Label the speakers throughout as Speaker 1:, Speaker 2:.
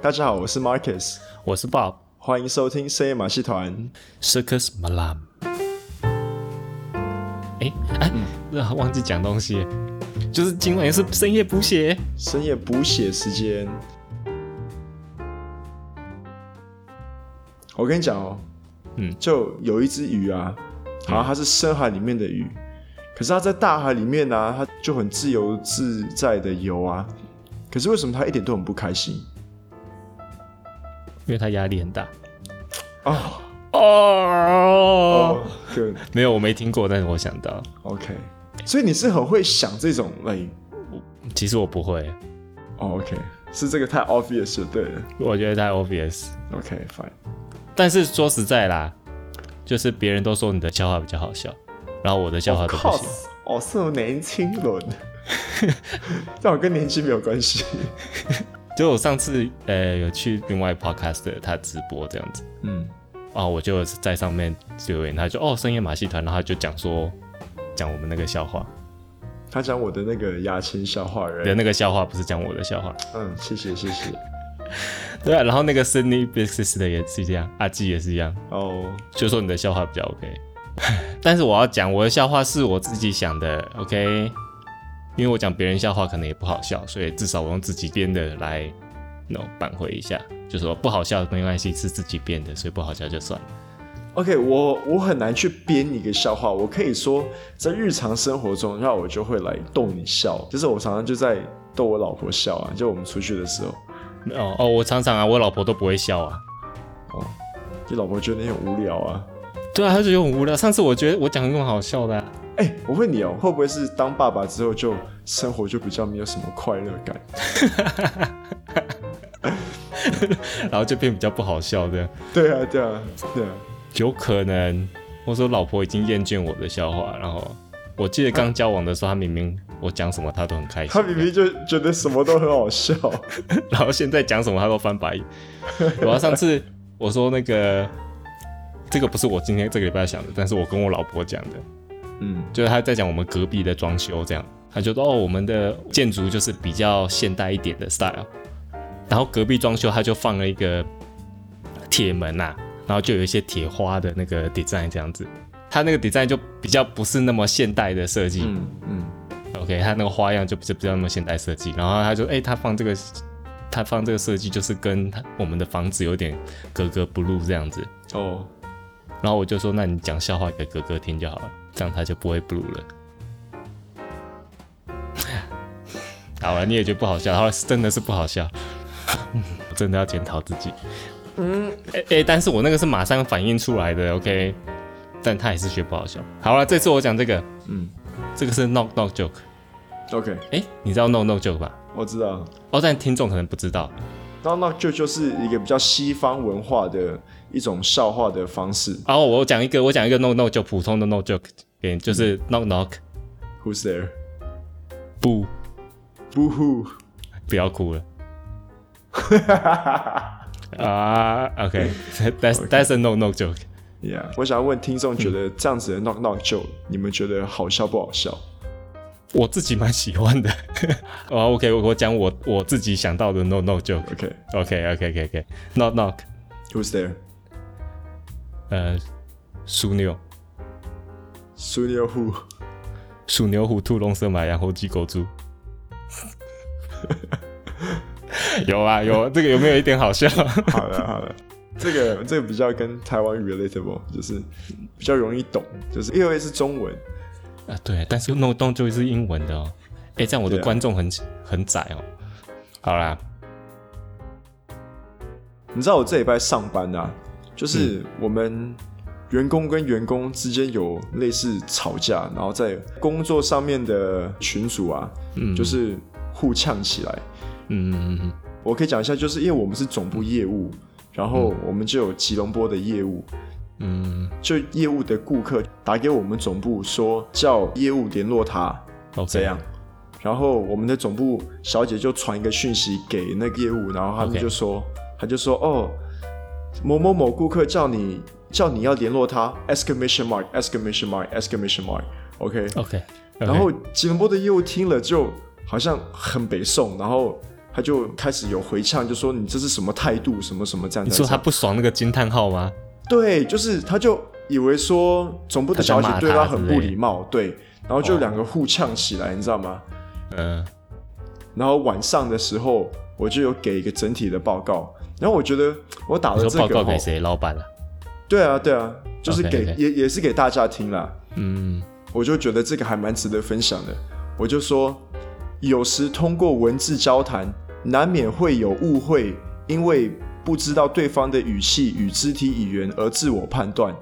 Speaker 1: 大家好，我是 Marcus，
Speaker 2: 我是 Bob
Speaker 1: 欢迎收听深夜马戏团。
Speaker 2: Circus Malam。哎哎，那、忘记讲东西，就是今晚也是深夜补血。
Speaker 1: 深夜补血时间，我跟你讲哦，
Speaker 2: 嗯，
Speaker 1: 就有一只鱼啊，好像它是深海里面的鱼，可是它在大海里面呢、啊，它就很自由自在的游啊。可是为什么它一点都很不开心
Speaker 2: 因为他压力很大。
Speaker 1: 啊？
Speaker 2: 哦，
Speaker 1: 哦，对
Speaker 2: 没有，我没听过，但是我想到，
Speaker 1: ，OK，所以你是很会想这种类、
Speaker 2: 其实我不会，
Speaker 1: 哦、，OK，是这个太 obvious 就对了
Speaker 2: 我觉得太 obvious。
Speaker 1: ，OK，fine，、
Speaker 2: 但是说实在啦，就是别人都说你的笑话比较好笑，然后我的笑啊话都不行。
Speaker 1: 我哦是年轻人， 但我跟年纪没有关系。
Speaker 2: 就我上次呃有去另外 podcast 的他直播这样子，
Speaker 1: 嗯，
Speaker 2: 啊，我就在上面留言，他就哦深夜马戏团，然后他就讲说讲我们那个笑话，
Speaker 1: 他讲我的那个牙签笑话
Speaker 2: 的
Speaker 1: 人，
Speaker 2: 那个笑话不是讲我的笑话，
Speaker 1: 嗯，谢谢谢谢。
Speaker 2: 对啊，然后那个 Sydney Business 的也是这样，阿基也是一样，
Speaker 1: 哦，
Speaker 2: 就说你的笑话比较 OK，但是我要讲我的笑话是我自己想的，OK，因为我讲别人笑话可能也不好笑，所以至少我用自己编的来那种扳回一下，就说不好笑没关系，是自己编的，所以不好笑就算了。
Speaker 1: OK，我我很难去编一个笑话，我可以说在日常生活中，那我就会来逗你笑，就是我常常就在逗我老婆笑啊，就我们出去的时候，
Speaker 2: 哦哦，我常常啊，我老婆都不会笑啊。
Speaker 1: 哦，你老婆觉得你很无聊啊。
Speaker 2: 对啊，她就觉得很无聊。上次我觉得我讲的更好笑的啊、
Speaker 1: 哎、我问你哦，会不会是当爸爸之后就生活就比较没有什么快乐感？
Speaker 2: 然后就变比较不好笑的，
Speaker 1: 对啊，对啊，对啊。
Speaker 2: 有可能。我说老婆已经厌倦我的笑话，然后我记得刚交往的时候，她明明我讲什么她都很开心
Speaker 1: 他，明明就觉得什么都很好笑，
Speaker 2: 然后现在讲什么她都翻 白眼。然后上次我说那个这个不是我今天这个礼拜想的，但是我跟我老婆讲的，
Speaker 1: 嗯，
Speaker 2: 就是她在讲我们隔壁的装修这样，她就说哦我们的建筑就是比较现代一点的 style，然后隔壁装修她就放了一个铁门呐、然后就有一些铁啊花的那个 design 这样子，它那个 design 就比较不是那么现代的设计、
Speaker 1: 嗯嗯，
Speaker 2: o k 它那个花样就不是比较那么现代设计，然后她就哎她放这个她放这个设计就是跟她我们的房子有点格格不入这样子，
Speaker 1: 哦，
Speaker 2: 然后我就说那你讲笑话给哥哥听就好了，这样他就不会 blue 了。 好了，你也觉得不好笑，他真的是不好笑， 我真的要检讨自己。嗯，哎、哎、但是我那个是马上反应出来的，OK，但他也是学不好笑。好了，这次我讲这个，
Speaker 1: 嗯
Speaker 2: 这个是 knock knock joke，
Speaker 1: ，OK，
Speaker 2: 哎、你知道 knock knock joke 吧？
Speaker 1: 我知道。
Speaker 2: 哦，但听众可能不知道，
Speaker 1: 那那就就是一个比较西方文化的一种笑话的方式。
Speaker 2: 然、后哦我讲一个，我讲一个 knock knock joke，普通的 knock joke，给你就是 knock knock，
Speaker 1: Who's there？
Speaker 2: 不，
Speaker 1: boo hoo！
Speaker 2: 不要 哭了。啊、o k that's that's a no no joke。
Speaker 1: Yeah，我想要问听众，觉得这样子的 knock knock joke，你们觉得好笑不好笑？
Speaker 2: 我自己蛮喜欢的。 哦、o k 我我讲我我自己想到的 no no joke。
Speaker 1: OK，Who's
Speaker 2: OK OK OK OK knock knock，
Speaker 1: there？
Speaker 2: 呃，鼠牛
Speaker 1: 苏妞 who？
Speaker 2: 鼠牛虎兔龙蛇马羊猴鸡狗猪。 有啊有啊，这个有没有一点好笑？
Speaker 1: 好了好 了，这个这个比较跟台湾 relatable，就是比较容易懂，就是因为是中文。
Speaker 2: 啊，对，但是 no 动就是英文的哦。哎，这样我的
Speaker 1: 对啊
Speaker 2: 观众很、很窄哦。好啦，
Speaker 1: 你知道我这礼拜上班啊，就是我们员工跟员工之间有类似吵架，然后在工作上面的群组啊，
Speaker 2: 嗯，
Speaker 1: 就是互呛起来。
Speaker 2: 嗯嗯嗯嗯。
Speaker 1: 我可以讲一下，就是因为我们是总部业务，然后我们就有吉隆坡的业务，
Speaker 2: 嗯
Speaker 1: 就业务的顾客打给我们总部说叫业务联络他，
Speaker 2: ，OK，
Speaker 1: 这样。然后我们的总部小姐就传一个讯息给那个业务，然后他们
Speaker 2: OK
Speaker 1: 就说，他就说哦，某某某顾客叫你叫你要联络他，exclamation mark exclamation mark exclamation mark，OK、
Speaker 2: OK，
Speaker 1: 然后吉隆坡的业务听了就好像很北宋，然后他就开始有回呛，就说你这是什么态度，什么什么这样。
Speaker 2: 你
Speaker 1: 这
Speaker 2: 说
Speaker 1: 样
Speaker 2: 他不爽那个惊叹号吗？
Speaker 1: 对，就是他就以为说总部的小姐对他很不礼貌，对，然后就两个互呛起来，你知道吗？
Speaker 2: 嗯、
Speaker 1: 然后晚上的时候，我就有给一个整体的报告，然后我觉得我打了
Speaker 2: 你
Speaker 1: 这
Speaker 2: 说报
Speaker 1: 个
Speaker 2: 告
Speaker 1: 后
Speaker 2: 给，谁？老板啊？
Speaker 1: 对啊，对啊，就是给
Speaker 2: OK，OK
Speaker 1: 也也是给大家听啦。
Speaker 2: 嗯，
Speaker 1: 我就觉得这个还蛮值得分享的。我就说，有时通过文字交谈，难免会有误会，因为不知道对方的语气与肢体语言而自我判断。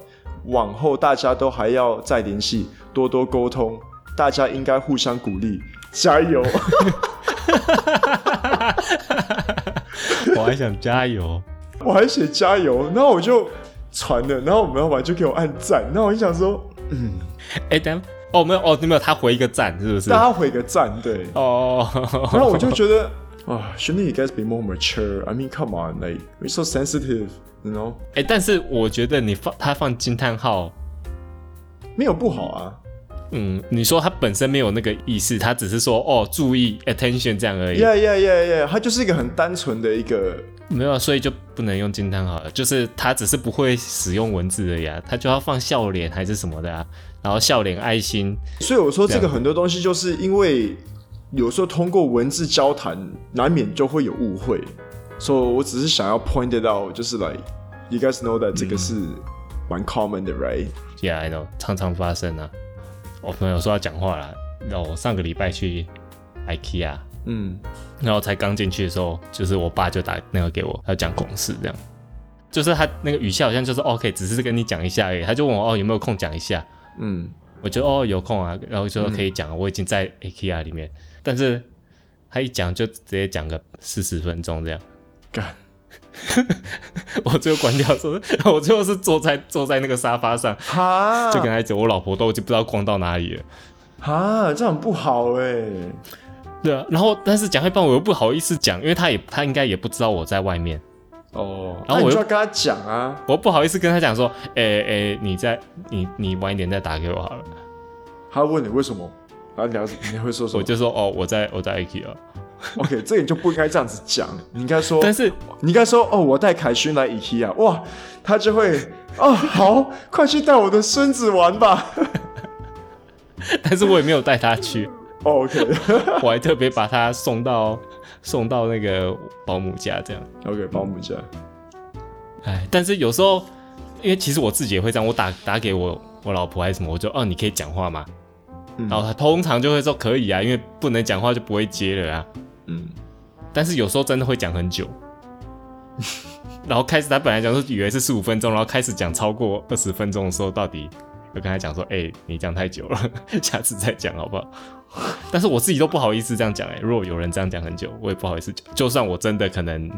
Speaker 1: 往后大家都还要再联系，多多沟通，大家应该互相鼓励，加油！
Speaker 2: 我还想加油。
Speaker 1: 我还写加油，然后我就传了，然后我们老板就给我按赞，那我就想说，
Speaker 2: 哎、等哦没有哦没有，他回一个赞是不是？
Speaker 1: 大家回个赞， 对。
Speaker 2: 哦，
Speaker 1: 然后我就觉得 啊，shouldn't you guys be more mature? I mean, come on, like we're so sensitive, you know？
Speaker 2: 哎、但是我觉得你放他放惊叹号，
Speaker 1: 没有不好啊
Speaker 2: 嗯，你说他本身没有那个意思，他只是说哦注意 attention 这样而已
Speaker 1: ，Yeah, yeah, yeah, yeah，它就是一个很单纯的一个，
Speaker 2: 没有啊，所以就不能用惊叹号了，就是他只是不会使用文字而已啊，他就要放笑脸还是什么的啊，然后笑脸爱心，
Speaker 1: 所以我说这
Speaker 2: 这
Speaker 1: 个
Speaker 2: 样
Speaker 1: 很多东西就是因为有时候通过文字交谈，难免就会有误会，所、以我只是想要 point it out，就是 like you guys know that
Speaker 2: 嗯
Speaker 1: 这个是蛮 common 的，right？
Speaker 2: Yeah, I know，常常发生啊。我朋友说要讲话啦，然后我上个礼拜去 IKEA，
Speaker 1: 嗯，
Speaker 2: 然后才刚进去的时候，就是我爸就打那个给我，他讲公事这样，就是他那个语气好像就是 OK，只是跟你讲一下而已。他就问我哦有没有空讲一下，
Speaker 1: 嗯，
Speaker 2: 我就哦有空啊，然后就说可以讲，我已经在 IKEA 里面，但是他一讲就直接讲个四十分钟这样。
Speaker 1: 干，
Speaker 2: 我最后关掉说，我最后是坐在坐在那个沙发上，
Speaker 1: 哈，
Speaker 2: 就跟他讲，我老婆都已经不知道逛到哪里了。
Speaker 1: 哈，这样很不好哎、
Speaker 2: 对啊，然后但是讲一半我又不好意思讲，因为他也他应该也不知道我在外面，
Speaker 1: 哦，
Speaker 2: 然
Speaker 1: 那
Speaker 2: 后我
Speaker 1: 你
Speaker 2: 又
Speaker 1: 就要跟他讲啊，
Speaker 2: 我不好意思跟他讲说，哎、哎、你在你你晚一点再打给我好了，
Speaker 1: 他问你为什么，然后你要你会说什
Speaker 2: 我
Speaker 1: 么？
Speaker 2: 就说哦 我在我在 IKEA，
Speaker 1: OK，这个你就不应该这样子讲，你应该说，
Speaker 2: 但是
Speaker 1: 你应该说哦，我带凯勋来 IKEA，哇，他就会哦，好，快去带我的孙子玩吧。
Speaker 2: 但是我也没有带他去，
Speaker 1: 哦 OK
Speaker 2: 我还特别把他送到送到那个保姆家这样，
Speaker 1: OK，保姆家，
Speaker 2: 哎，但是有时候因为其实我自己也会这样，我打打给我我老婆还是什么，我就哦你可以讲话吗？
Speaker 1: 嗯
Speaker 2: 然后他通常就会说可以啊，因为不能讲话就不会接了啊。
Speaker 1: 嗯，
Speaker 2: 但是有时候真的会讲很久。然后开始他本来讲说以为是十五分钟，然后开始讲超过二十分钟的时候，到底要跟他讲说，哎、你讲太久了， 下次再讲好不好？ 但是我自己都不好意思这样讲哎、如果有人这样讲很久，我也不好意思讲。就算我真的可能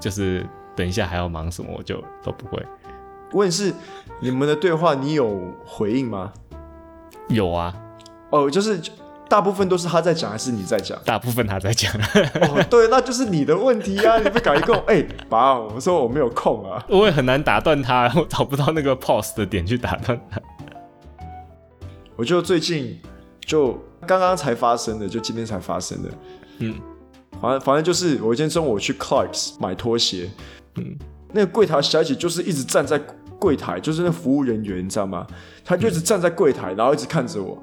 Speaker 2: 就是等一下还要忙什么，我就都不会。
Speaker 1: 问是你们的对话，你有回应吗？
Speaker 2: 有啊，？
Speaker 1: 哦，就是大部分都是他在讲，还是你在讲
Speaker 2: 大部分他在讲，
Speaker 1: 哦，对，那就是你的问题啊，你不搞一共，哎、爸，我说我没有空啊。
Speaker 2: 我也很难打断他，我找不到那个 pause 的点去打断他。
Speaker 1: 我就最近就刚刚才发生的，就今天才发生的。
Speaker 2: 嗯，
Speaker 1: 反正反正就是我今天中午我去 Clarks 买拖鞋，
Speaker 2: 嗯，
Speaker 1: 那个柜台小姐就是一直站在柜台，就是那服务人员，你知道吗？她就一直站在柜台，然后一直看着我。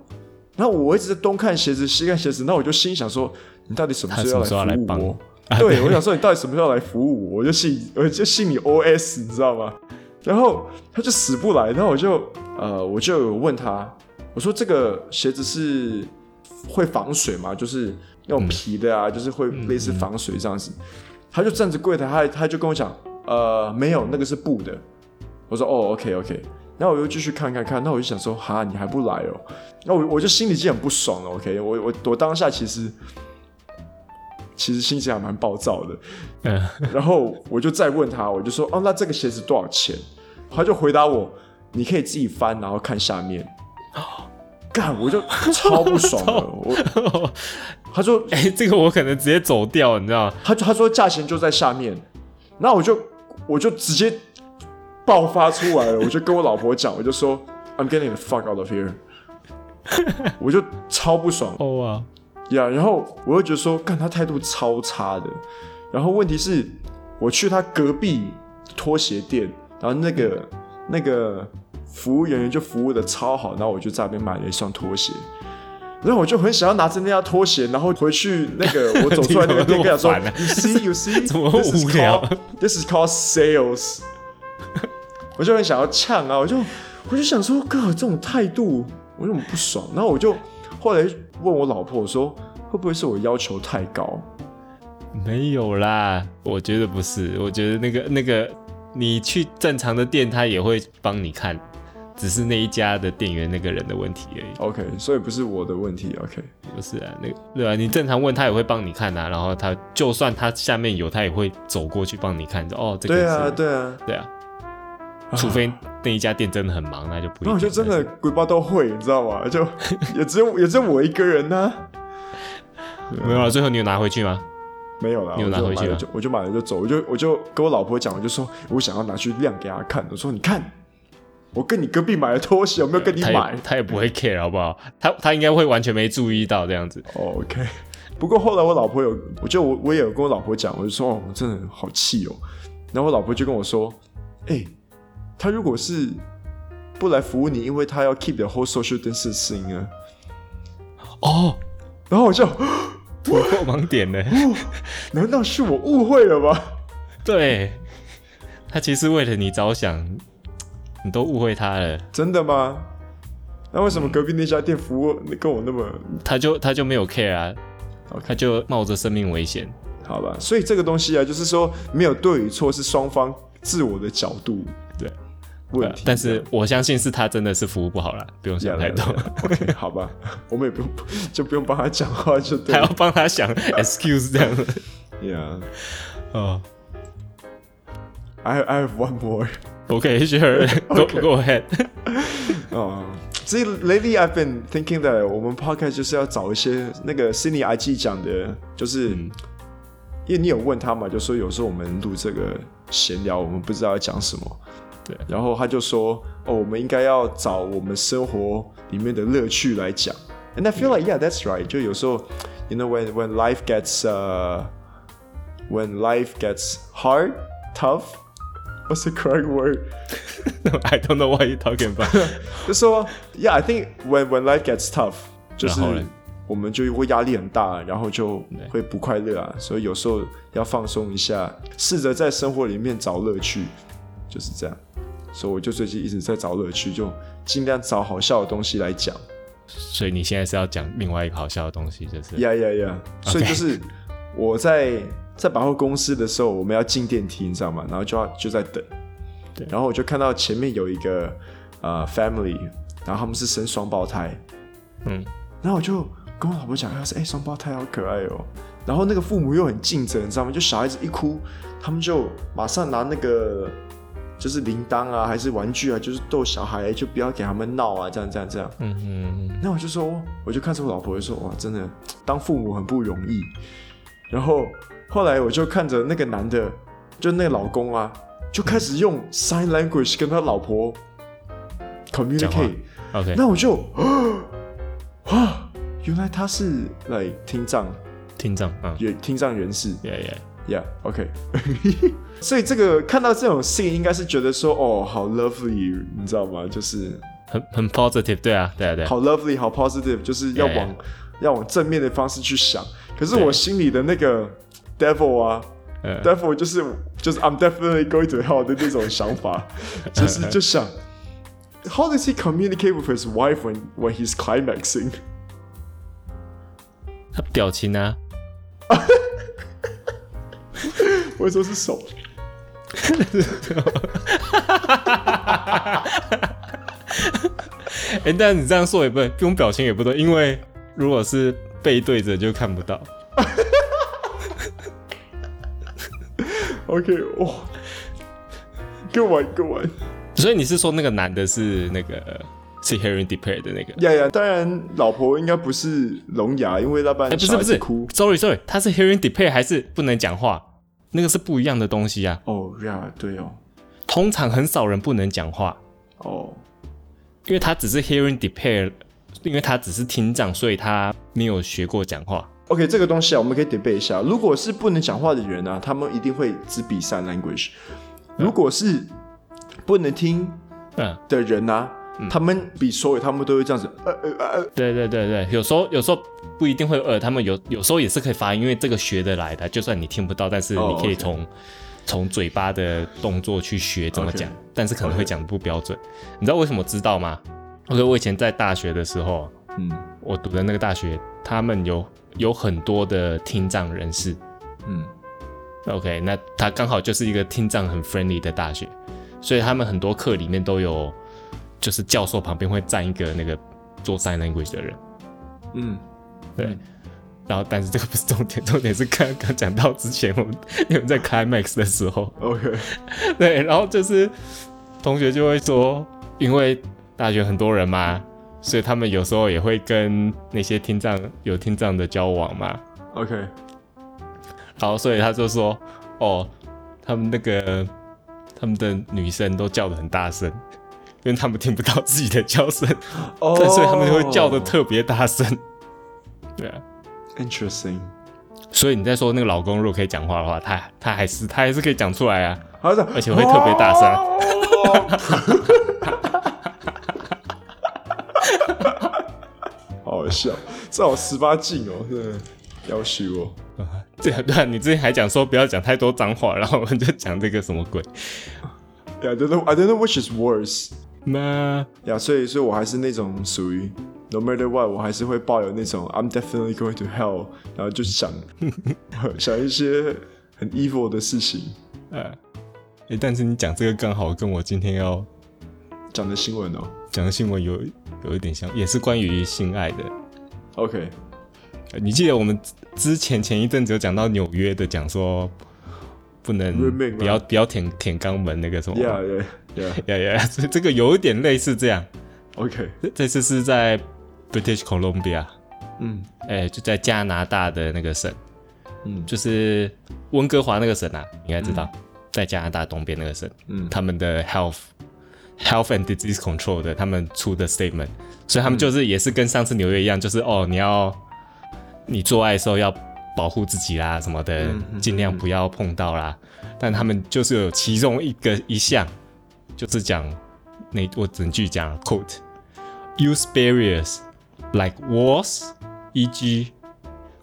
Speaker 1: 然后我一直在东看鞋子西看鞋子，那我就心里想说，你到底什么时
Speaker 2: 她什么时候
Speaker 1: 候
Speaker 2: 要来
Speaker 1: 来服
Speaker 2: 帮
Speaker 1: 务
Speaker 2: 我
Speaker 1: 我？对，我想说你到底什么时候来服务我？我就心 我就心里 OS，你知道吗？然后他就死不来，然后我就呃我就有问他，我说这个鞋子是会防水吗？就是那种皮的啊，就是会类似防水这样子。他就站着柜台，他他就跟我讲，呃，没有，那个是布的。我说哦，OK OK。然后我又继续看看看，那我就想说，哈，你还不来哦？那我我就心里已经很不爽了，OK 我。我我当下其实其实心情还蛮暴躁的，
Speaker 2: 嗯，
Speaker 1: 然后我就再问他，我就说，哦，那这个鞋子多少钱？他就回答我，你可以自己翻，然后看下面。干，我就超不爽了。我他说，
Speaker 2: 哎、这个我可能直接走掉，你知道吗？
Speaker 1: 他就他说价钱就在下面，那我就我就直接爆发出来了，我就跟我老婆讲，我就 说 I'm getting the fuck out of here，我就超不爽，
Speaker 2: 哦啊，
Speaker 1: 呀然后我又觉得说，干他态度超差的。然后问题是，我去他隔壁拖鞋店，然后那个那个服务人员就服务的超好，然后我就在那边买了一双拖鞋。然后我就很想要拿着那条拖鞋，然后回去那个我走出来那个店
Speaker 2: 你
Speaker 1: 跟他
Speaker 2: 怎
Speaker 1: 说、
Speaker 2: 么那么烦啊
Speaker 1: y o u see, you see,
Speaker 2: 怎么
Speaker 1: this is
Speaker 2: 无聊
Speaker 1: called this is called sales。”我就很想要呛啊，我就我就想说，哥这种态度，我有点不爽。然后我就后来问我老婆我说，会不会是我要求太高？
Speaker 2: 没有啦，我觉得不是，我觉得那个那个，你去正常的店，他也会帮你看，只是那一家的店员那个人的问题而已，
Speaker 1: OK，所以不是我的问题。OK，
Speaker 2: 不是啊，那个对啊，你正常问他也会帮你看啊，然后他就算他下面有，他也会走过去帮你看，说哦，这个
Speaker 1: 对
Speaker 2: 是
Speaker 1: 啊，
Speaker 2: 我
Speaker 1: 对啊。
Speaker 2: 对啊，除非那一家店真的很忙，那就不一定。
Speaker 1: 那我就真的鬼巴都会，你知道吗？就也只有也只有我一个人啊呢、
Speaker 2: 但是没有了。啊最后你有拿回去吗？
Speaker 1: 没有啦，
Speaker 2: 你有拿
Speaker 1: 我就
Speaker 2: 回去
Speaker 1: 买了
Speaker 2: 吗
Speaker 1: 就我就买了就走，我就我就跟我老婆讲，我就说我想要拿去晾给她看，我说你看，我跟你隔壁买的拖鞋，我没有跟你
Speaker 2: 他
Speaker 1: 买
Speaker 2: 也。他也不会 care 好不好？他他应该会完全没注意到这样子。
Speaker 1: 哦 OK，不过后来我老婆有，我就我我也有跟我老婆讲，我就说哦，我真的好气哦。然后我老婆就跟我说，哎、他如果是不来服务你，因为他要 keep the whole social distancing 啊。
Speaker 2: 哦，
Speaker 1: 然后我就，
Speaker 2: 突破盲点呢？
Speaker 1: 难道是我误会了吗？
Speaker 2: 对，他其实为了你着想，你都误会他了，
Speaker 1: 真的吗？那为什么隔壁那家店服务跟我那么
Speaker 2: 他就他就没有 care 啊
Speaker 1: OK
Speaker 2: 他就冒着生命危险。
Speaker 1: 好吧，所以这个东西啊，就是说没有对与错，是双方自我的角度
Speaker 2: 对
Speaker 1: 问题。
Speaker 2: 呃但是我相信是他真的是服务不好啦，不用想太多。
Speaker 1: OK，好吧，我们也不 用就不用帮他讲话，就对
Speaker 2: 还要
Speaker 1: 了。
Speaker 2: 帮他想 excuse 这样子。
Speaker 1: Yeah,
Speaker 2: 哦
Speaker 1: I I have one more.
Speaker 2: ，OK，sure，go go ahead。
Speaker 1: 哦、所以 lately I've been thinking that 我们 podcast 就是要找一些那个 s y n e IG 讲的，就是、因为你有问他嘛，就说有时候我们录这个闲聊，我们不知道要讲什么。
Speaker 2: 对
Speaker 1: 然后他就说：“哦，我们应该要找我们生活里面的乐趣来讲。” And I feel like yeah, that's right. 就有时候，you know, when when life gets uh, when life gets hard, tough, what's the correct word?
Speaker 2: I don't know what you talking about 。
Speaker 1: 就说，Yeah, I think when when life gets tough，就是
Speaker 2: 然后嘞
Speaker 1: 我们就会压力很大，然后就会不快乐啊。所以有时候要放松一下，试着在生活里面找乐趣，就是这样。所以我就最近一直在找乐趣，就尽量找好笑的东西来讲。
Speaker 2: 所以你现在是要讲另外一个好笑的东西，就是
Speaker 1: 呀呀呀！
Speaker 2: 嗯
Speaker 1: 所以就是我在在百货公司的时候，我们要进电梯，你知道吗？然后就要就在等，
Speaker 2: 对
Speaker 1: 然后我就看到前面有一个呃 family，然后他们是生双胞胎，
Speaker 2: 嗯，
Speaker 1: 然后我就跟我老婆讲，她说：“哎、双胞胎好可爱哦。”然后那个父母又很尽责，你知道吗？就小孩子一哭，他们就马上拿那个就是铃铛啊，还是玩具啊，就是逗小孩，就不要给他们闹啊，这样这样这样。
Speaker 2: 嗯嗯嗯，
Speaker 1: 那我就说，我就看着我老婆，我就说：“哇，真的当父母很不容易。”然后后来我就看着那个男的，就那个老公啊，就开始用 sign language 跟他老婆
Speaker 2: 讲话
Speaker 1: communicate。
Speaker 2: OK，
Speaker 1: 那我就哇，原来他是来听障，
Speaker 2: 听障，嗯
Speaker 1: 也听障人士
Speaker 2: ，Yeah Yeah，
Speaker 1: ，Yeah，OK、所以这个看到这种 scene，应该是觉得说，哦，好 lovely，你知道吗？就是
Speaker 2: 很很 positive，对啊，对啊对啊，
Speaker 1: 好 lovely，好 positive，就是要
Speaker 2: Yeah, yeah.
Speaker 1: 往要往正面的方式去想。可是
Speaker 2: 对
Speaker 1: 我心里的那个 devil 啊
Speaker 2: 嗯
Speaker 1: ，devil 就是就是 I'm definitely going to hell 的那种想 法，就是就想。How does he communicate with his wife when when he's climaxing？
Speaker 2: 他表情啊，
Speaker 1: 我说是手，
Speaker 2: 哎，但你这样说也不对，用表情也不对，因为如果是背对着就看不到，
Speaker 1: OK，哇，Good one，Good one。
Speaker 2: 所以你是说那个男的是那个是 hearing impaired 的那个？
Speaker 1: 呀呀，当然，老婆应该不是聋哑，因为那般
Speaker 2: 哎，不
Speaker 1: 小
Speaker 2: 是
Speaker 1: 孩
Speaker 2: 不
Speaker 1: 子
Speaker 2: 是
Speaker 1: 哭。
Speaker 2: ，sorry sorry，他是 hearing impaired 还是不能讲话？那个是不一样的东西啊，
Speaker 1: 哦呀，对哦，
Speaker 2: 通常很少人不能讲话，
Speaker 1: 哦
Speaker 2: 因为他只是 hearing impaired 因为他只是听障，所以他没有学过讲话。
Speaker 1: OK，这个东西啊，我们可以 debate 一下。如果是不能讲话的人啊，他们一定会只比三 language；如果是不能听
Speaker 2: 嗯，
Speaker 1: 的人啊，他们比所有他们都会这样子，呃呃呃呃，
Speaker 2: 对对对对，有时候有时候不一定会呃，他们有有时候也是可以发音，因为这个学得来的，就算你听不到，但是
Speaker 1: 哦
Speaker 2: 你可以
Speaker 1: OK
Speaker 2: 从、从嘴巴的动作去学怎么讲
Speaker 1: OK
Speaker 2: 但是可能会讲的不标准。你知道为什么知道吗？OK，我以前在大学的时候，
Speaker 1: 嗯
Speaker 2: 我读的那个大学，他们有有很多的听障人士。
Speaker 1: 嗯
Speaker 2: OK，那他刚好就是一个听障很 friendly 的大学，所以他们很多课里面都有，就是教授旁边会站一个那个做 sign language 的人。
Speaker 1: 嗯，
Speaker 2: 对。然后，但是这个不是重点，重 点是刚刚讲到之前我们你们在 climax 的时候，
Speaker 1: OK，
Speaker 2: 对，然后就是同学就会说，因为大学很多人嘛，所以他们有时候也会跟那些听障有听障的交往嘛，
Speaker 1: OK，
Speaker 2: 然后所以他就说，哦，他们那个他们的女生都叫的很大声，因为他们听不到自己的叫声，
Speaker 1: 哦
Speaker 2: 所以他们就会叫的特别大声，对啊。
Speaker 1: interesting。
Speaker 2: 所以你在说那个老公如果可以讲话的话，他他还是他还是可以讲出来啊。
Speaker 1: 好的，
Speaker 2: 而且会特别大声
Speaker 1: 声。 好好笑，这好十八禁哦，真的要许我。
Speaker 2: 对啊对啊，你之前还讲说不要讲太多脏话，然后我们就讲这个什么鬼？
Speaker 1: Yeah, I don't know, I don't know which is worse.
Speaker 2: 那
Speaker 1: 呀、所以，所以我还是那种属于，no matter what，我还是会抱有那种 I'm definitely going to hell，然后就想 想一些很 evil 的事情，
Speaker 2: 呃诶，但是你讲这个刚好跟我今天要
Speaker 1: 讲的新闻哦。
Speaker 2: 讲的新闻有有一点像，也是关于性爱的。
Speaker 1: OK，
Speaker 2: 呃你记得我们之之前前一阵子有讲到纽约的，讲说不能
Speaker 1: 认命吗
Speaker 2: 不要不要舔舔肛门那个什么吗？
Speaker 1: yeah, yeah, yeah.
Speaker 2: 呀呀，所以这个有一点类似这样。
Speaker 1: OK，
Speaker 2: 这这次是在 British Columbia。
Speaker 1: 嗯
Speaker 2: 哎、就在加拿大的那个省，
Speaker 1: 嗯
Speaker 2: 就是温哥华那个省啊，你应该知道，在加拿大东边那个省，
Speaker 1: 嗯
Speaker 2: 他们的 health health and disease control 的他们出的 statement，所以他们就是也是跟上次纽约一样，就是哦，你要你做爱的时候要保护自己啦什么的
Speaker 1: 嗯，嗯
Speaker 2: 尽量不要碰到啦。但他们就是有其中一个一项，就是讲那我整句讲 quote use barriers like walls, e.g.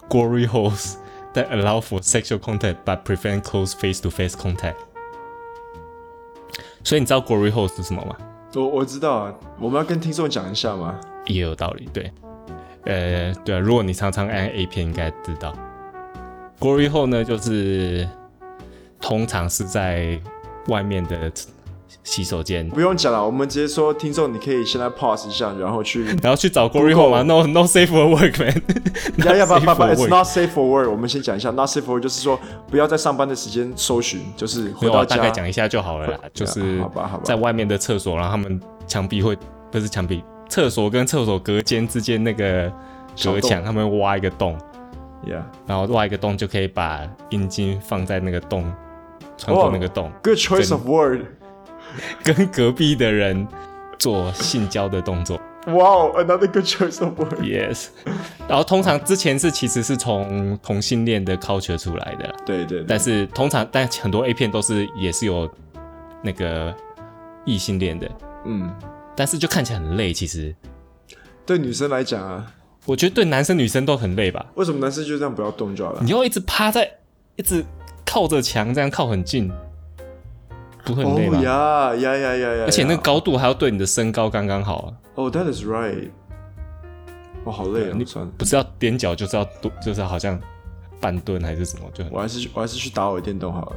Speaker 2: glory holes that allow for sexual contact but prevent close face-to-face contact。所以你知道 glory holes 是什么吗？
Speaker 1: 我我知道啊，我们要跟听众讲一下嘛。
Speaker 2: 也有道理，对，呃，对啊，如果你常常按 A 片，应该知道 glory hole 呢，就是通常是在外面的洗手间，
Speaker 1: 不用讲了，我们直接说，听众你可以现在 pause 一下，然后 去
Speaker 2: 然后去找 glory hole 吗？No, no safe for work, man.
Speaker 1: 呀 呀
Speaker 2: Not
Speaker 1: 不不
Speaker 2: safe
Speaker 1: 不
Speaker 2: for
Speaker 1: ，it's
Speaker 2: work
Speaker 1: not safe for work。我们先讲一下，not safe for work 就是说不要在上班的时间搜寻，就是
Speaker 2: 没
Speaker 1: 回
Speaker 2: 有啊，
Speaker 1: 到
Speaker 2: 大
Speaker 1: 家。
Speaker 2: 概讲一下就好了啦。就
Speaker 1: 对
Speaker 2: 是
Speaker 1: 啊好吧好吧
Speaker 2: 在外面的厕所，然后他们墙壁会不是墙壁，厕所跟厕所隔间之间那个
Speaker 1: 小
Speaker 2: 隔
Speaker 1: 洞
Speaker 2: 墙，他们会挖一个洞，
Speaker 1: Yeah,
Speaker 2: 然后挖一个洞就可以把阴茎放在那个洞，穿过那个洞，
Speaker 1: good choice of word.
Speaker 2: 跟隔壁的人做性交的动作。
Speaker 1: Wow, another good choice of word.
Speaker 2: Yes，然后通常之前是其实是从同性恋的 culture 出来的啦，
Speaker 1: 对对对
Speaker 2: 但是通常但很多 A 片都是也是有那个异性恋的。
Speaker 1: 嗯，
Speaker 2: 但是就看起来很累。其实
Speaker 1: 对女生来讲啊，
Speaker 2: 我觉得对男生女生都很累吧，
Speaker 1: 为什么男生就这样不要动就好了
Speaker 2: 你？要一直趴在，一直靠着墙这样靠很近，不会很
Speaker 1: 哦
Speaker 2: 累吗
Speaker 1: 呀呀呀呀呀！
Speaker 2: 而且那个
Speaker 1: 呀
Speaker 2: 高度还要对你的身高刚刚好啊，
Speaker 1: Oh, that is right. 我好累啊，
Speaker 2: 你
Speaker 1: 算了，
Speaker 2: 不是要踮脚就是要蹲，就是好像半蹲还是什么，就很
Speaker 1: 我还是去我还是去打我的电动好了。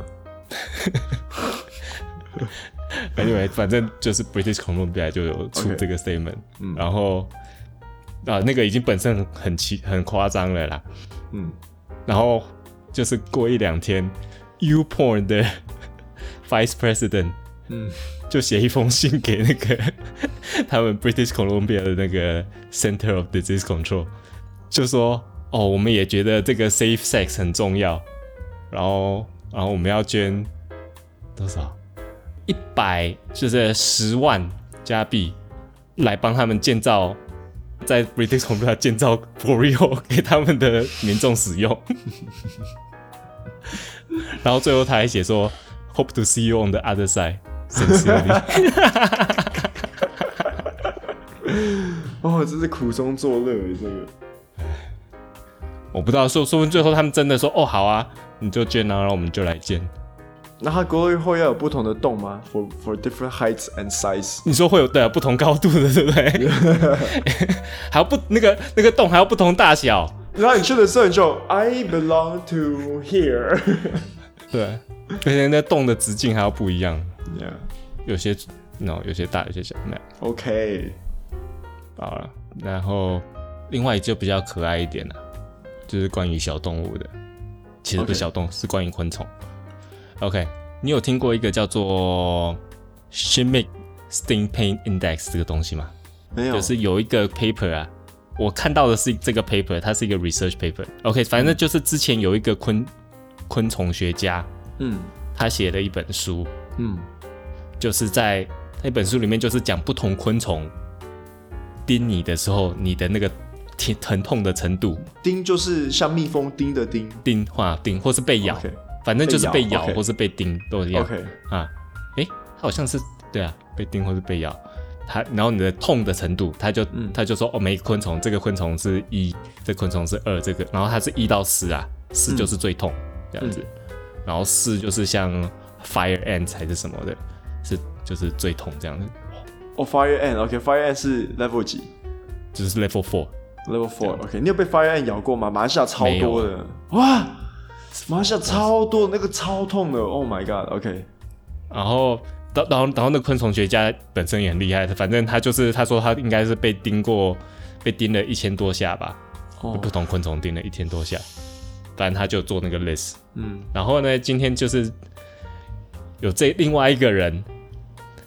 Speaker 2: anyway，反正就是 British Columbia 就有出
Speaker 1: OK
Speaker 2: 这个 statement，、
Speaker 1: 嗯
Speaker 2: 然后啊那个已经本身很很奇很夸张了啦，
Speaker 1: 嗯，
Speaker 2: 然后就是过一两天，U Porn 的 Vice President，
Speaker 1: 嗯，
Speaker 2: 就写一封信给那个 他们 British Columbia 的那个 Center of Disease Control，就说哦，我们也觉得这个 safe sex 很重要，然后然后我们要捐多少？一百就是十万加币来帮他们建造在 British Columbia 建造 Borio 给他们的民众使用。然后最后他还写说，Hope to see you on the other side，sincerely。
Speaker 1: 哦，真是苦中作乐哎，这个。
Speaker 2: 我不知道，说说不定最后他们真的说，哦，好啊，你就捐啊，然后我们就来建。
Speaker 1: 那它过滤后要有不同的洞吗？For for different heights and size。
Speaker 2: 你说会有对、啊、不同高度的，对不对？ 还要不那个那个洞还要不同大小，
Speaker 1: 然后你去的时候你就 I belong to here
Speaker 2: 对，而且那洞的直径还要不一样，
Speaker 1: yeah,。
Speaker 2: 有些 no，有些大，有些小，那样
Speaker 1: OK，
Speaker 2: 好了。然后另外就比较可爱一点了、就是关于小动物的，其实不
Speaker 1: OK
Speaker 2: 是小动物是关于昆虫。OK，你有听过一个叫做 Shimmick Sting Pain Index 这个东西吗？
Speaker 1: 没有，
Speaker 2: 就是有一个 paper 啊，我看到的是这个 paper，它是一个 research paper。OK，反正就是之前有一个昆昆虫学家，
Speaker 1: 嗯
Speaker 2: 他写了一本书，
Speaker 1: 嗯
Speaker 2: 就是在那本书里面就是讲不同昆虫叮你的时候，你的那个疼疼痛的程度，
Speaker 1: 钉就是像蜜蜂叮的钉
Speaker 2: 叮话叮或是被咬
Speaker 1: OK
Speaker 2: 反正就是
Speaker 1: 被
Speaker 2: 被
Speaker 1: 咬
Speaker 2: 咬
Speaker 1: OK
Speaker 2: 或是被叮都一样。
Speaker 1: OK
Speaker 2: 啊，诶，它好像是对啊，被叮或是被咬，它然后你的痛的程度，它就、
Speaker 1: 嗯
Speaker 2: 它就说哦，每个昆虫这个昆虫是一，这昆虫是二，这个然后它是一到四啊，
Speaker 1: 嗯
Speaker 2: 四就是最痛、这样子，然后四就是像 fire ant 还是什么的，是就是最痛这样子，
Speaker 1: 哦 fire ant OK fire ant 是 level 几
Speaker 2: 就是 level four。
Speaker 1: level four OK 你有被 fire ant 咬过吗？马来西亚超
Speaker 2: 没有
Speaker 1: 多的哇，马来西亚超多那个超痛的 Oh my God OK
Speaker 2: 然后，然然后然后那昆虫学家本身也很厉害，反正他就是他说他应该是被叮过，被叮了一千多下吧，
Speaker 1: 哦
Speaker 2: 不同昆虫叮了一千多下，反正他就做那个 list。
Speaker 1: 嗯
Speaker 2: 然后呢，今天就是有这另外一个人，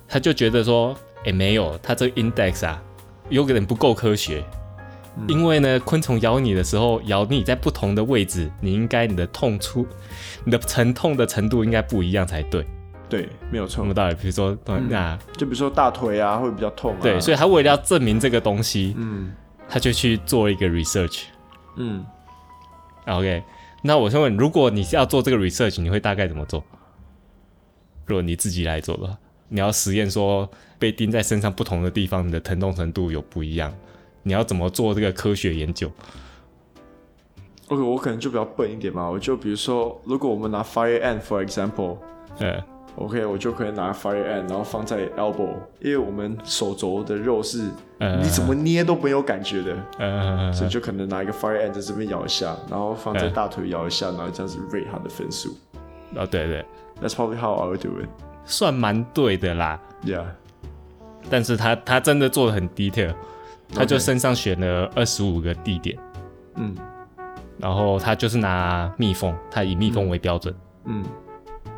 Speaker 2: 他就觉得说，哎，没有，他这个 index 啊，有点不够科学。因为呢，昆虫咬你的时候，咬你在不同的位置，你应该你的痛处，你的疼痛的程度应该不一样才对。
Speaker 1: 对没有错
Speaker 2: 什么，道理？比如说，
Speaker 1: 嗯
Speaker 2: 那、
Speaker 1: 就比如说大腿啊会比较痛啊
Speaker 2: 对，所以他为了要证明这个东西，
Speaker 1: 嗯
Speaker 2: 他就去做一个 research。
Speaker 1: 嗯
Speaker 2: OK，那我先问，如果你是要做这个 research，你会大概怎么做？如果你自己来做的话，你要实验说被钉在身上不同的地方，你的疼痛程度有不一样，你要怎么做这个科学研究？
Speaker 1: OK，我可能就比较笨一点嘛，我就比如说，如果我们拿 fire ant for example，OK，、
Speaker 2: 呃，
Speaker 1: 我就可以拿 fire ant，然后放在 elbow，因为我们手肘的肉是、
Speaker 2: 嗯
Speaker 1: 你怎么捏都没有感觉的，
Speaker 2: 呃，
Speaker 1: 所以就可能拿一个 fire ant 在这边咬一下，然后放在
Speaker 2: 嗯
Speaker 1: 大腿咬一下，然后这样子 rate 它的分数。
Speaker 2: 哦，对对，
Speaker 1: That's probably how I would do it.
Speaker 2: 算蛮对的啦。
Speaker 1: Yeah.
Speaker 2: 但是他他真的做的很 detail，他就
Speaker 1: OK
Speaker 2: 身上选了二十五个地点，
Speaker 1: 嗯
Speaker 2: 然后他就是拿蜜蜂，他以蜜蜂为标准，
Speaker 1: 嗯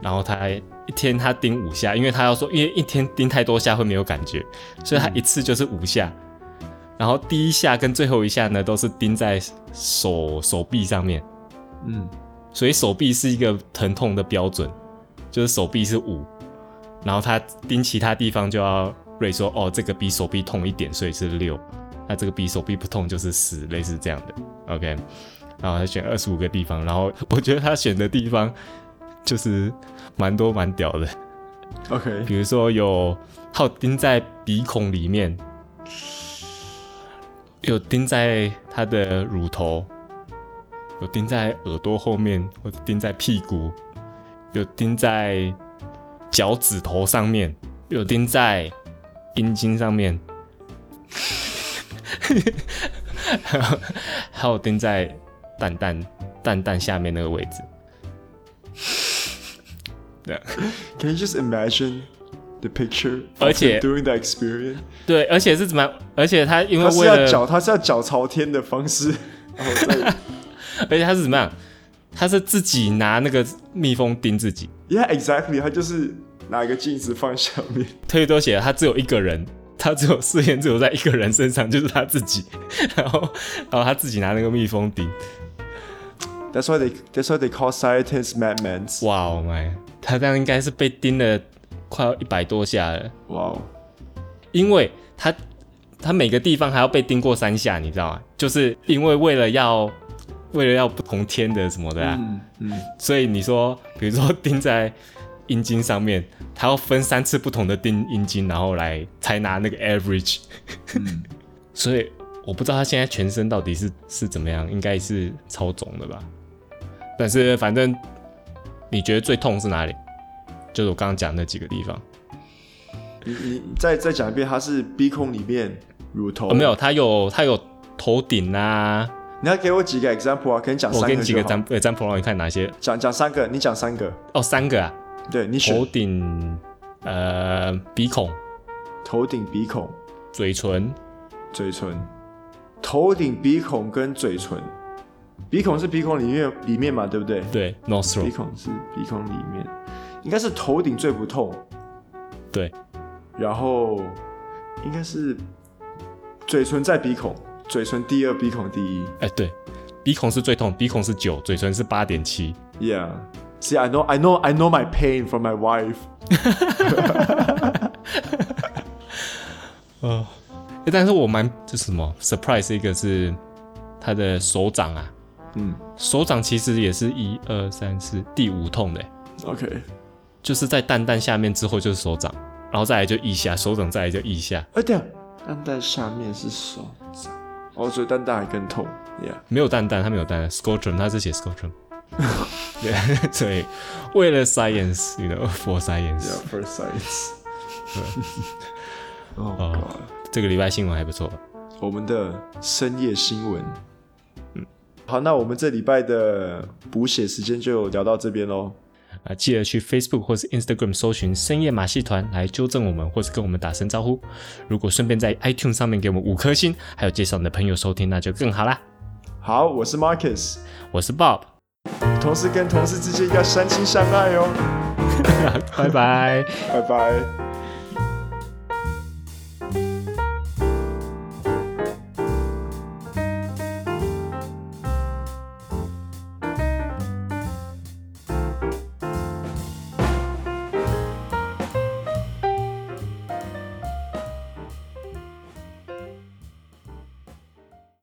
Speaker 2: 然后他一天他叮五下，因为他要说，因为一天叮太多下会没有感觉，所以他一次就是五下。然后第一下跟最后一下呢，都是钉在手手臂上面，
Speaker 1: 嗯
Speaker 2: 所以手臂是一个疼痛的标准，就是手臂是五，然后他钉其他地方就要瑞说，哦，这个比手臂痛一点，所以是六，那这个比手臂不痛就是十，类似这样的。OK，然后他选二十五个地方，然后我觉得他选的地方就是蛮多蛮屌的，
Speaker 1: ，OK，
Speaker 2: 比如说有还有钉在鼻孔里面，有钉在他的乳头，有钉在耳朵后面，或者钉在屁股，有钉在脚趾头上面，有钉在阴茎上面， 还有钉在蛋蛋蛋蛋下面那个位置。对啊。
Speaker 1: Can you just imagine the picture？
Speaker 2: 而且
Speaker 1: during the experience，
Speaker 2: 对，而且是怎么样？而且他因
Speaker 1: 他
Speaker 2: 为
Speaker 1: 是
Speaker 2: 为
Speaker 1: 要
Speaker 2: 了，
Speaker 1: 脚，他是要脚朝天的方式， 然后再
Speaker 2: 而且他是怎么样？他是自己拿那个蜜蜂叮自己。
Speaker 1: Yeah, exactly，他就是拿一个镜子放下面。
Speaker 2: 推都写了他只有一个人，他只有试验只有在一个人身上，就是他自己。 然后，然后他自己拿那个蜜蜂叮。
Speaker 1: That's why they that's why they call scientists madmen.
Speaker 2: 哇哦妈！他这样应该是被叮了快要一百多下了，
Speaker 1: 哇哦，
Speaker 2: 因为他它每个地方还要被钉过三下，你知道吗？就是因为为了要为了要不同天的什么的、啊，
Speaker 1: 嗯嗯，
Speaker 2: 所以你说，比如说 钉在阴茎上面，它要分三次不同的钉阴茎，然后来才拿那个 average。
Speaker 1: 嗯
Speaker 2: 所以我不知道他现在全身到底是是怎么样，应该是超肿的吧。但是反正你觉得最痛是哪里？就是我刚刚讲那几个地方。
Speaker 1: 哦你你再再讲一遍，它是鼻孔里面乳头、
Speaker 2: 哦，没有，他有他有头顶啊。
Speaker 1: 你要给我几个 example 啊？可能讲
Speaker 2: 我
Speaker 1: 三
Speaker 2: 给
Speaker 1: 个
Speaker 2: 你几个
Speaker 1: 就好。
Speaker 2: 占呃占卜，让你看哪些。
Speaker 1: 讲讲三个，你讲三个，
Speaker 2: 哦，三个啊，
Speaker 1: 对你选
Speaker 2: 头顶、呃鼻孔、
Speaker 1: 头顶、鼻孔、
Speaker 2: 嘴唇，
Speaker 1: 嘴唇，头顶、鼻孔跟嘴唇。鼻孔是鼻孔里面里面嘛，对不对？
Speaker 2: 对
Speaker 1: 鼻
Speaker 2: ，nostril，
Speaker 1: 孔是鼻孔里面，应该是头顶最不痛，
Speaker 2: 对，
Speaker 1: 然后应该是嘴唇在鼻孔，嘴唇第二，鼻孔第一。
Speaker 2: 哎、对，鼻孔是最痛，鼻孔是九，嘴唇是八点七。
Speaker 1: Yeah, see, I know, I know, I know my pain from my wife.
Speaker 2: 呃，欸但是我蛮就是什么 surprise 一个是他的手掌啊，
Speaker 1: 嗯
Speaker 2: 手掌其实也是一二三四第五痛的欸，
Speaker 1: ，OK。
Speaker 2: 就是在蛋蛋下面之后就是手掌，然后再来就腋下，手掌再来就腋下，
Speaker 1: 哎，对啊，蛋蛋下面是手掌，哦，所以蛋蛋还更痛。Yeah，
Speaker 2: 没有蛋蛋，他没有蛋蛋 s c o t r u m 他是写 s c o t r u m 对，所以为了 science，you know，for science，、
Speaker 1: Yeah, first sight. 哦、
Speaker 2: 哦
Speaker 1: God，
Speaker 2: 这个礼拜新闻还不错，
Speaker 1: 我们的深夜新闻。嗯好，那我们这礼拜的补写时间就聊到这边喽。
Speaker 2: 啊，记得去 Facebook 或是 Instagram 搜寻“深夜马戏团”来纠正我们，或是跟我们打声招呼。如果顺便在 iTunes 上面给我们五颗星，还有介绍你的朋友收听，那就更好啦。
Speaker 1: 好，我是 Marcus，
Speaker 2: 我是 Bob，
Speaker 1: 同事跟同事之间要相亲相爱哦。
Speaker 2: 拜拜。
Speaker 1: 拜拜。